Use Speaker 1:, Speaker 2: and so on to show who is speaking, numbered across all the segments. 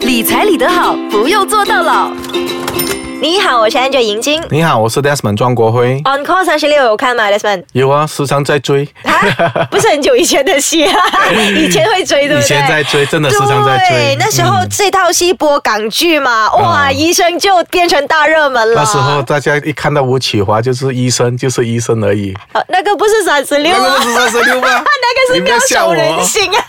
Speaker 1: 理财理得好，不用做到老。
Speaker 2: 你好，我是 Angel 银晶。
Speaker 3: 你好，我是 Desmond 庄国辉。
Speaker 2: On Call 三十六有看吗，Desmond？
Speaker 3: 有啊，时常在追，
Speaker 2: 啊，不是很久以前的戏，以前会追，对不对？
Speaker 3: 以前在追，真的时常在追。嗯
Speaker 2: 对，那时候这套戏播港剧嘛，哇，医生就变成大热门了。
Speaker 3: 啊那时候大家一看到吴启华就是医生，就是医生而已。
Speaker 2: 啊，那个不是三十六
Speaker 3: 那个
Speaker 2: 啊
Speaker 3: 不。是三十六 吗？
Speaker 2: 那个是
Speaker 3: 你不要
Speaker 2: 妙
Speaker 3: 吓
Speaker 2: 手
Speaker 3: 我
Speaker 2: 仁心啊，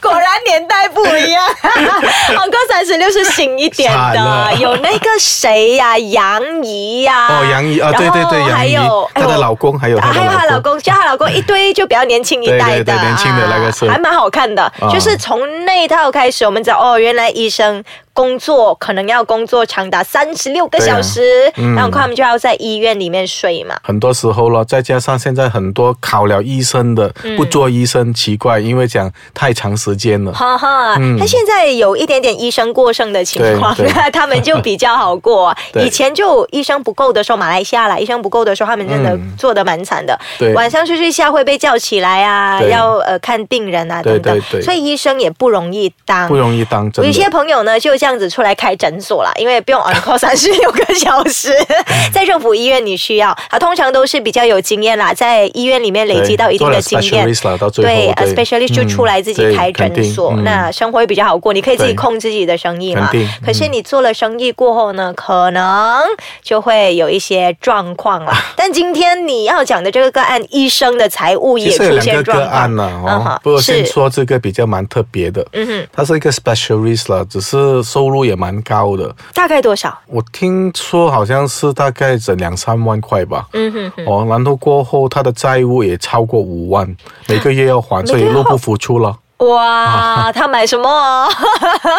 Speaker 2: 果然年代不一样。红哥三十六是醒一点
Speaker 3: 惨
Speaker 2: 的
Speaker 3: 了，
Speaker 2: 有那个谁呀、杨怡呀、
Speaker 3: 哦，杨怡啊，对对对，
Speaker 2: 然后
Speaker 3: 杨
Speaker 2: 还
Speaker 3: 怡
Speaker 2: 有，哎
Speaker 3: 她的老公还有她
Speaker 2: 还有她
Speaker 3: 的
Speaker 2: 老
Speaker 3: 老公，
Speaker 2: 公，就她老公一堆就比较年轻一代的，
Speaker 3: 对对对年轻的那个是
Speaker 2: 还蛮好看的。
Speaker 3: 哦
Speaker 2: 就是从那一套开始，我们知道哦，原来医生工作可能要工作长达三十六个小时，
Speaker 3: 对啊嗯
Speaker 2: 然后他们就要在医院里面睡嘛。
Speaker 3: 很多时候了，再加上现在很多考了医生的
Speaker 2: 嗯
Speaker 3: 不做医生奇怪，因为讲太长时间了。
Speaker 2: 哈哈，他现在有一点点医生过剩的情况
Speaker 3: 嗯对，对
Speaker 2: 他们就比较好过。
Speaker 3: 对
Speaker 2: 以前就医生不够的时候，马来西亚啦，医生不够的时候，他们真的
Speaker 3: 嗯
Speaker 2: 做的蛮惨的。
Speaker 3: 对
Speaker 2: 晚上睡睡觉会被叫起来啊，
Speaker 3: 对
Speaker 2: 要呃看病人啊
Speaker 3: 对
Speaker 2: 等等
Speaker 3: 对，对
Speaker 2: 所以医生也不容易当。
Speaker 3: 不容易当
Speaker 2: 有
Speaker 3: 真
Speaker 2: 一些
Speaker 3: 的，
Speaker 2: 朋友呢，就这样子出来开诊所啦，因为不用 on call 三十六个小 时，在政府医院你需要啊，通常都是比较有经验啦，在医院里面累积到一定的经验，
Speaker 3: 对做了 specialist 啦到最后
Speaker 2: 对
Speaker 3: 对
Speaker 2: 呃，specialist 就
Speaker 3: 嗯
Speaker 2: 出来自己
Speaker 3: 对
Speaker 2: 开诊所，
Speaker 3: 肯定嗯
Speaker 2: 那生活会比较好过，你可以自己
Speaker 3: 对
Speaker 2: 控制自己的生意嘛
Speaker 3: 肯定。嗯
Speaker 2: 可是你做了生意过后呢，可能就会有一些状况 啦。但今天你要讲的这个个案，医生的财务
Speaker 3: 其
Speaker 2: 也
Speaker 3: 实有
Speaker 2: 出
Speaker 3: 两
Speaker 2: 现
Speaker 3: 个
Speaker 2: 状
Speaker 3: 个案
Speaker 2: 况
Speaker 3: 呢、
Speaker 2: 嗯
Speaker 3: 哦
Speaker 2: 哼，
Speaker 3: 不过
Speaker 2: 是
Speaker 3: 先说这个比较蛮特别的，
Speaker 2: 嗯哼，
Speaker 3: 他是一个 specialist 了，只是收入也蛮高的。
Speaker 2: 大概多少？
Speaker 3: 我听说好像是大概整两三万块吧。
Speaker 2: 嗯哼哼。
Speaker 3: 哦，然后过后他的债务也超过五万，每个月要还，所以入不敷 出了
Speaker 2: 哇，他买什 么？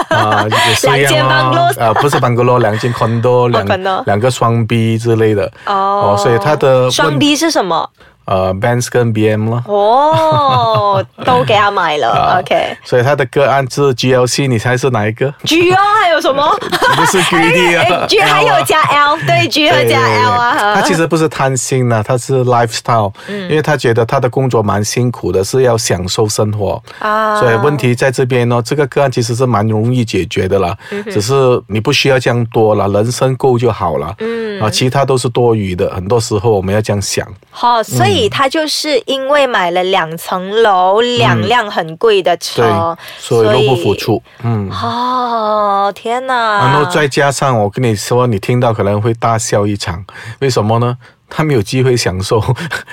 Speaker 3: 啊，也是一
Speaker 2: 两间
Speaker 3: 样啊
Speaker 2: bungalow
Speaker 3: 啊，不是 bungalow，两间 condo，
Speaker 2: condo
Speaker 3: 两两个双 B 之类的
Speaker 2: 哦
Speaker 3: 所以他的
Speaker 2: 双
Speaker 3: 问
Speaker 2: B 是什么？
Speaker 3: 呃 Benz 跟 BM 了。
Speaker 2: 哦，都给他买了。
Speaker 3: 啊
Speaker 2: OK，
Speaker 3: 所以他的个案是 GLC，你猜是哪一个？
Speaker 2: G 哦，还有什 么？
Speaker 3: 不是 greedy 啊
Speaker 2: 哎 G 还有加 L，对，G 和
Speaker 3: 对
Speaker 2: 加 L 啊。嗯
Speaker 3: 他其实不是贪心呐、他是 lifestyle，、因为他觉得他的工作蛮辛苦的，是要享受生活。
Speaker 2: 啊
Speaker 3: 所以问题在这边呢、这个个案其实是蛮容易解决的啦，
Speaker 2: 嗯
Speaker 3: 只是你不需要这样多了，人生够就好了。嗯，啊，其他都是多余的，很多时候我们要这样想。
Speaker 2: 好，所以
Speaker 3: 嗯
Speaker 2: 他就是因为买了两层楼、两辆很贵的
Speaker 3: 嗯对，
Speaker 2: 车，
Speaker 3: 所以入不敷。出。嗯。
Speaker 2: 哦，天哪！
Speaker 3: 然后再加上我跟你说，你听到可能会大笑一场，为什么呢？他没有机会享受，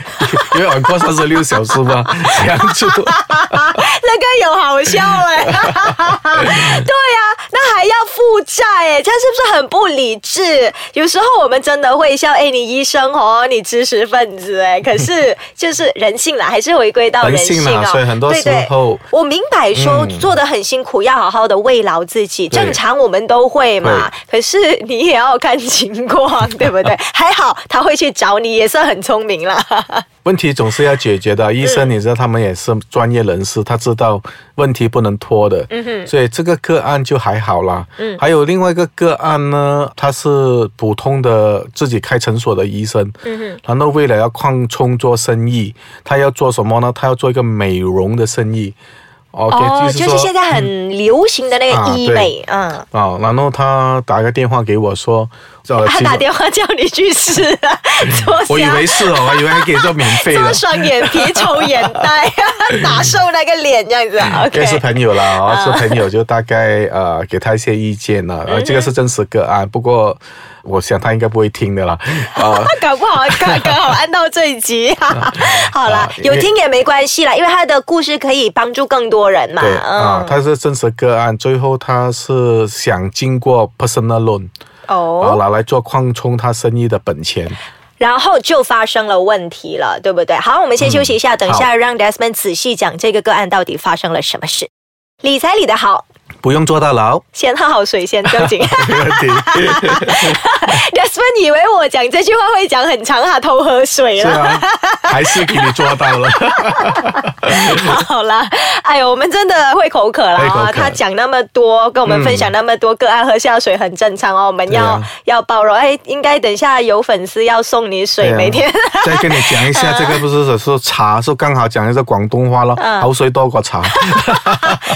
Speaker 3: 因为 on call 三十六小时嘛，这样 就
Speaker 2: 那个有好笑 哎、对呀、那还要负债哎，这样是不是很不理智？有时候我们真的会笑哎，你医生哦，你知识分子哎，可是就是人性啦，还是回归到人
Speaker 3: 人
Speaker 2: 性
Speaker 3: 性
Speaker 2: 哦。
Speaker 3: 啦所以很多
Speaker 2: 对
Speaker 3: 时候
Speaker 2: 对我明白说、
Speaker 3: 嗯
Speaker 2: 做的很辛苦，要好好的慰劳自己，
Speaker 3: 对
Speaker 2: 正常我们都会嘛。可是你也要看情 况，对不对？还好他会去找你，也算很聪明啦。
Speaker 3: 问题总是要解决的。医生，你知道他们也是专业人士，他知道问题不能拖的。嗯哼，所以这个个案就还好啦。嗯，还有另外一个个案呢，他是普通的自己开诊所的医生。嗯哼，然后为了要扩充做生意，他要做什么呢？他要做一个美容的生意。OK，、
Speaker 2: 哦，
Speaker 3: 就是
Speaker 2: 就
Speaker 3: 说
Speaker 2: 是现在很流行的那
Speaker 3: 嗯
Speaker 2: 个
Speaker 3: 啊
Speaker 2: 医
Speaker 3: 对
Speaker 2: 美，嗯。
Speaker 3: 啊、然后他打个电话给我说，呃，
Speaker 2: 他
Speaker 3: 其实
Speaker 2: 打电话叫你去试 啊，做
Speaker 3: 我以
Speaker 2: 虾
Speaker 3: 为是哦，我以为还可以做免费
Speaker 2: 做
Speaker 3: 的。
Speaker 2: 双眼皮、抽眼袋、 打瘦那个脸这样子啊。
Speaker 3: 因为是
Speaker 2: OK，
Speaker 3: 朋 友啦，哦，
Speaker 2: 啊
Speaker 3: 是朋友就大概呃给他一些意见
Speaker 2: 嗯
Speaker 3: 啦，呃，这个是真实个案，不过我想他应该不会听 的啦，啊、
Speaker 2: 搞不好刚刚好按到这一集，好啦
Speaker 3: 啊，因
Speaker 2: 有
Speaker 3: 为
Speaker 2: 听也没关系啦，因为他的故事可以帮助更多人嘛。
Speaker 3: 对啊，
Speaker 2: 嗯，
Speaker 3: 他是真实个案，最后他是想经过 personal loan 啊
Speaker 2: 哦，
Speaker 3: 拿来做扩充他生意的本钱，
Speaker 2: 然后就发生了问题了，对不对？好，我们先休息一下，等一
Speaker 3: 嗯
Speaker 2: 下让 Desmond 仔细讲这个个案到底发生了什么事。理财理得好，
Speaker 3: 不用坐大牢，
Speaker 2: 先喝好水先正经。
Speaker 3: 没问题。
Speaker 2: Desmond 以为我讲这句话会讲很长，他偷喝水
Speaker 3: 是
Speaker 2: 了。
Speaker 3: 啊，还是给你做到了。
Speaker 2: 好啦，哎呦，我们真的会口渴啦、
Speaker 3: 啊会口
Speaker 2: 哦
Speaker 3: 渴。
Speaker 2: 他讲那么多，跟我们分享那么多个案，喝下水很正常哦。我们要、
Speaker 3: 对啊
Speaker 2: 要包容，哎，应该等一下有粉丝要送你水，
Speaker 3: 对啊
Speaker 2: 每天。
Speaker 3: 再跟你讲一下，这个不是说茶，是刚好讲的是广东话咯，
Speaker 2: 嗯
Speaker 3: 口水多过茶。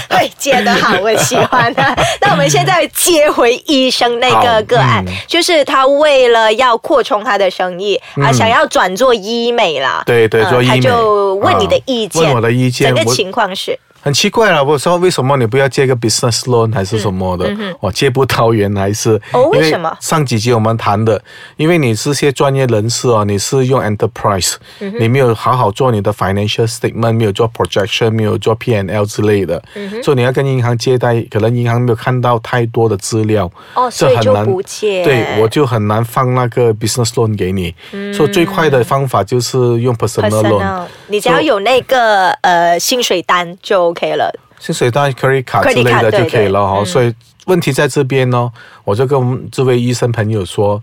Speaker 2: 对，接得好，我喜欢 啊。那我们现在接回医生那个
Speaker 3: 好
Speaker 2: 个案，
Speaker 3: 嗯
Speaker 2: 就是他为了要扩充他的生意、啊，想要转做医美啦。
Speaker 3: 对对
Speaker 2: 嗯
Speaker 3: 做医美
Speaker 2: 他就问你的意见，
Speaker 3: 啊问我的意见
Speaker 2: 整个
Speaker 3: 我
Speaker 2: 情况是，
Speaker 3: 很奇怪了，我说为什么你不要借个 business loan 还是什么的？我借不到，原来是
Speaker 2: 嗯哦为
Speaker 3: 因
Speaker 2: 什么
Speaker 3: 上几集我们谈的，因为你是些专业人士哦，你是用 enterprise，、你
Speaker 2: 嗯
Speaker 3: 没有好好做你的 financial statement，没有做 projection，没有做 P N L 之类的，
Speaker 2: 嗯
Speaker 3: 所以你要跟银行借贷，可能银行没有看到太多的资料，
Speaker 2: 哦
Speaker 3: 这
Speaker 2: 所以
Speaker 3: 很
Speaker 2: 就
Speaker 3: 难
Speaker 2: 不借
Speaker 3: 对，我就很难放那个 business loan 给你，
Speaker 2: 嗯
Speaker 3: 所以最快的方法就是用 personal loan，
Speaker 2: personal，你只要
Speaker 3: 就
Speaker 2: 有那个呃薪水单就 OK 了。
Speaker 3: 薪水单、credit 卡嗯
Speaker 2: Credit
Speaker 3: 之类
Speaker 2: card，
Speaker 3: 的
Speaker 2: 对
Speaker 3: 就可以了哈、所以问题在这边哦，我就跟这位医生朋友说，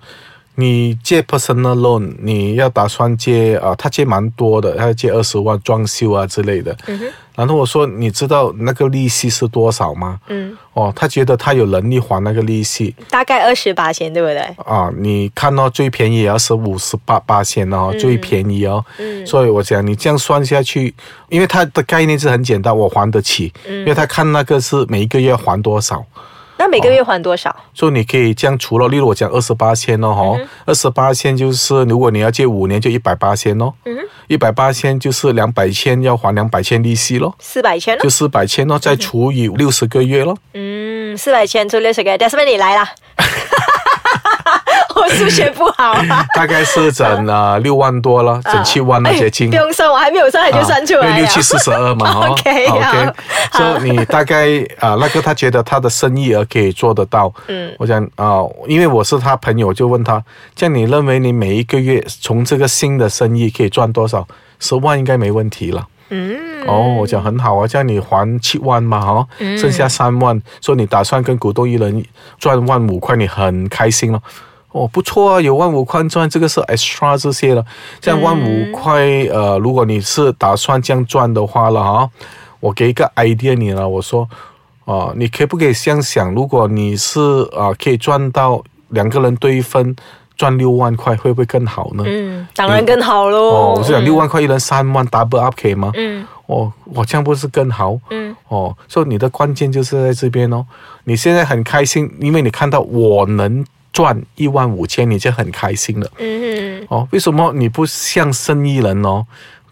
Speaker 3: 你借 personal loan，你要打算借啊、呃他借蛮多的，他要借二十万装修啊之类的。然后我说，你知道那个利息是多少吗？嗯。哦，他觉得他有能力还那个利息
Speaker 2: 大概二十八千，对不对？
Speaker 3: 啊，你看到、最便宜也要是五十八八千哦，
Speaker 2: 嗯
Speaker 3: 最便宜哦。所以我讲你这样算下去，因为他的概念是很简单，我还得起，
Speaker 2: 嗯
Speaker 3: 因为他看那个是每一个月还多少。
Speaker 2: 那每个月还多少？
Speaker 3: 所以你可以这样除了，例如我讲二十八千
Speaker 2: 嗯
Speaker 3: 哦，哈、二十八千就是如果你要借五年就一百八千哦，
Speaker 2: 嗯
Speaker 3: 一百八千就是两百千要还两百千利息咯，
Speaker 2: 四百千
Speaker 3: 就
Speaker 2: 咯。
Speaker 3: 四百千哦咯，再除以六十个月咯。
Speaker 2: 嗯，四百千就六十个。Desmond，你来啦。 我数学不好、啊。
Speaker 3: 大概是整啊六万多了，整七万那些金。
Speaker 2: 哎不用算，我还没有算，它就算出来
Speaker 3: 啊
Speaker 2: 了。
Speaker 3: 因为六七四十 二嘛，哦
Speaker 2: OK，好
Speaker 3: OK，所以你大概啊、那个他觉得他的生意额可以做得到，嗯，我讲啊、因为我是他朋友，就问他，这样你认为你每一个月从这个新的生意可以赚多少？十万应该没问题了。嗯，哦，我讲很好啊，这样你还七万嘛，哦，剩下三万，说你打算跟股东一人赚万五块，你很开心了。哦，不错啊，有万五块赚，这个是 extra 这些了。这样万五块，呃，如果你是打算这样赚的话了哈，我给一个 idea 你了，我说，啊、你可不可以这样想？如果你是啊、可以赚到两个人对分，赚六万块，会不会更好呢？
Speaker 2: 嗯，当然更好喽。
Speaker 3: 哦，我是讲六万块一人三万 double up 可以吗？
Speaker 2: 嗯，
Speaker 3: 哦，我这样不是更好？
Speaker 2: 嗯，
Speaker 3: 哦，所以你的关键就是在这边哦。你现在很开心，因为你看到我能赚一万五千，你就很开心了。
Speaker 2: 嗯
Speaker 3: 哦，为什么你不像生意人哦？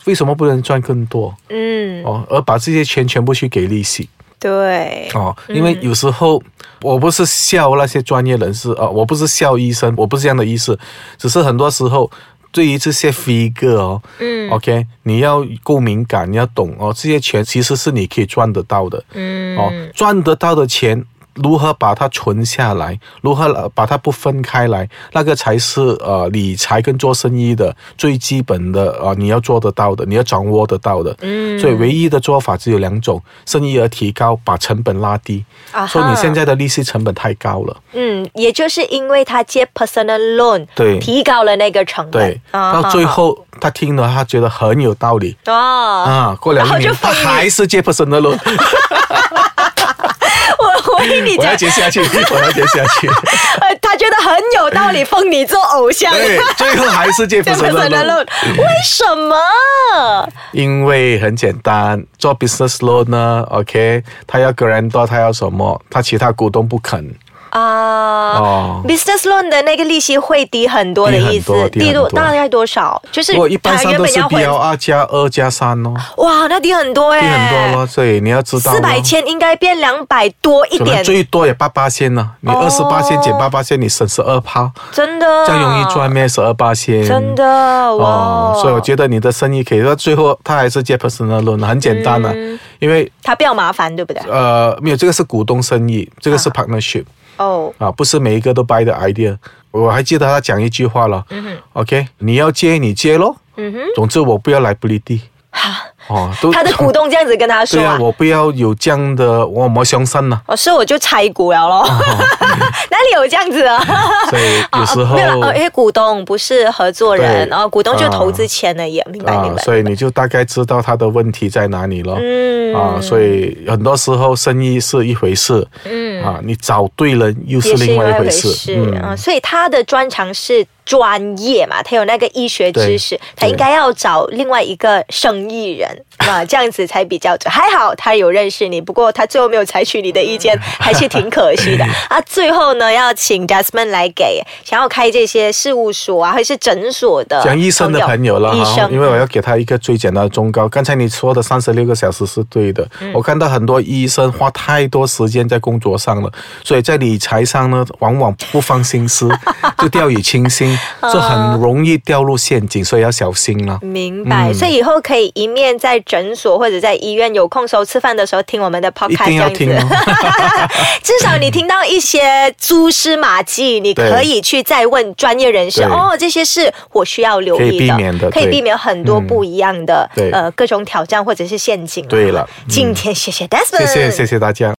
Speaker 3: 为什么不能赚更多
Speaker 2: 嗯嗯，
Speaker 3: 哦？而把这些钱全部去给利息？
Speaker 2: 对。
Speaker 3: 哦，因为有时候我不是笑那些专业人士啊、我不是笑医生，我不是这样的意思，只是很多时候。对于这些 figure 哦，嗯，OK，你要够敏感，你要懂哦，这些钱其实是你可以赚得到的，嗯，哦，赚得到的钱如何把它存下来，如何呃把它不分开来，那个才是呃理财跟做生意的最基本的啊、呃你要做得到的，你要掌握得到的。嗯，所以唯一的做法只有两种：生意额提高，把成本拉低。
Speaker 2: 啊哈
Speaker 3: 所以你现在的利息成本太高了，
Speaker 2: 嗯，也就是因为他借 personal loan，
Speaker 3: 哦对
Speaker 2: 提高了那个成本，
Speaker 3: 对，
Speaker 2: 啊
Speaker 3: 到最，后他听了，他觉得很有道理。
Speaker 2: 好好哦，
Speaker 3: 啊，过两
Speaker 2: 然后就
Speaker 3: 年他
Speaker 2: 疯了
Speaker 3: 还是借 personal loan，
Speaker 2: 我我跟你
Speaker 3: 我
Speaker 2: 讲
Speaker 3: 要，接下去，我要接下 去。
Speaker 2: 呃，他觉得很有道理，封你做偶像，
Speaker 3: 对
Speaker 2: 借，
Speaker 3: 最后还是借 personal
Speaker 2: personal
Speaker 3: loan。
Speaker 2: loan，为什么？
Speaker 3: 因为很简单，做 business loan 呢，OK，他要 guarantor，他要什么？他其他股东不肯。
Speaker 2: 啊、
Speaker 3: 哦
Speaker 2: b u s i n e s s loan 的那个利息会低很多的意思
Speaker 3: 低很多，低很多
Speaker 2: 大概多少？就是
Speaker 3: 不过一般
Speaker 2: 他
Speaker 3: 上
Speaker 2: 原
Speaker 3: 都
Speaker 2: 本
Speaker 3: 是
Speaker 2: 要还
Speaker 3: B L R 加二加三哦，
Speaker 2: 哇，那低很多哎、
Speaker 3: 低很多咯，所以你要知道咯。
Speaker 2: 四百千应该变两百多一
Speaker 3: 可能
Speaker 2: 点，
Speaker 3: 最多也八八千呢，你
Speaker 2: 哦
Speaker 3: 二十八千减八八千，你省十二趴，
Speaker 2: 真的，
Speaker 3: 这样容易赚，咩？十二八千，
Speaker 2: 真的哇、
Speaker 3: 哦。所以我觉得你的生意可以到最后，他还是借 personal loan，很简单的、
Speaker 2: 嗯
Speaker 3: 因为
Speaker 2: 他比较麻烦，对不对？
Speaker 3: 呃，没有这个是股东生意，这
Speaker 2: 啊
Speaker 3: 个是 partnership。
Speaker 2: 哦，
Speaker 3: 啊，不是每一个都 buy 的 idea。我还记得他讲一句话了、o k 你要接你接咯，总之我不要 liability，哦都
Speaker 2: 嗯他的股东这样子跟他说
Speaker 3: 对啊
Speaker 2: 啊，，
Speaker 3: 我不要有这样的，我冇相信啊啦、
Speaker 2: 哦，所以我就拆股了咯。 哪里有这样子 啊？
Speaker 3: 所以有时
Speaker 2: 啊
Speaker 3: 候
Speaker 2: 没有啦，哦因为股东不是合作人，
Speaker 3: 对
Speaker 2: 然后股东就投资钱而已，明白明
Speaker 3: 啊，
Speaker 2: 白。
Speaker 3: 所以你就大概知道他的问题在哪里了。嗯啊，所以很多时候生意是一回事，嗯啊，你找对人又是
Speaker 2: 也是
Speaker 3: 另外一
Speaker 2: 一
Speaker 3: 回事。嗯
Speaker 2: 事啊、所以他的专长是专业嘛，他有那个医学知识
Speaker 3: 对，
Speaker 2: 他应该要找另外一个生意人啊，这样子才比较准。还好他有认识你，不过他最后没有采取你的意见，还是挺可 惜的啊。最后呢，要请 Jasmine 来给想要开这些事务所啊，或者是诊所的
Speaker 3: 讲医生的朋友了
Speaker 2: 医
Speaker 3: 哈，
Speaker 2: 生，
Speaker 3: 因为我要给他一个最简单的忠告。刚才你说的三十六个小时是对的，
Speaker 2: 嗯
Speaker 3: 我看到很多医生花太多时间在工作上了，所以在理财上呢，往往不放 心思，就掉以轻心，
Speaker 2: 嗯
Speaker 3: 这很容易掉入陷阱，所以要小心了。
Speaker 2: 明
Speaker 3: 嗯
Speaker 2: 白，所以以后可以一面在诊所或者在医院有空时候吃饭的时候听我们的
Speaker 3: 一
Speaker 2: podcast，
Speaker 3: 定要
Speaker 2: 这
Speaker 3: 听
Speaker 2: 样
Speaker 3: 哦
Speaker 2: 子。。 至少你听到一些蛛丝马迹，你
Speaker 3: 对
Speaker 2: 可以去再问专业人士
Speaker 3: 对
Speaker 2: 哦，这些是我需要留意的，
Speaker 3: 可以避免的
Speaker 2: 可以
Speaker 3: 对嗯
Speaker 2: 避免很多不一样的、
Speaker 3: 对
Speaker 2: 呃各种挑战或者是陷阱啊。
Speaker 3: 对了嗯
Speaker 2: 今天谢谢 Desmond，
Speaker 3: 谢谢，谢谢大家。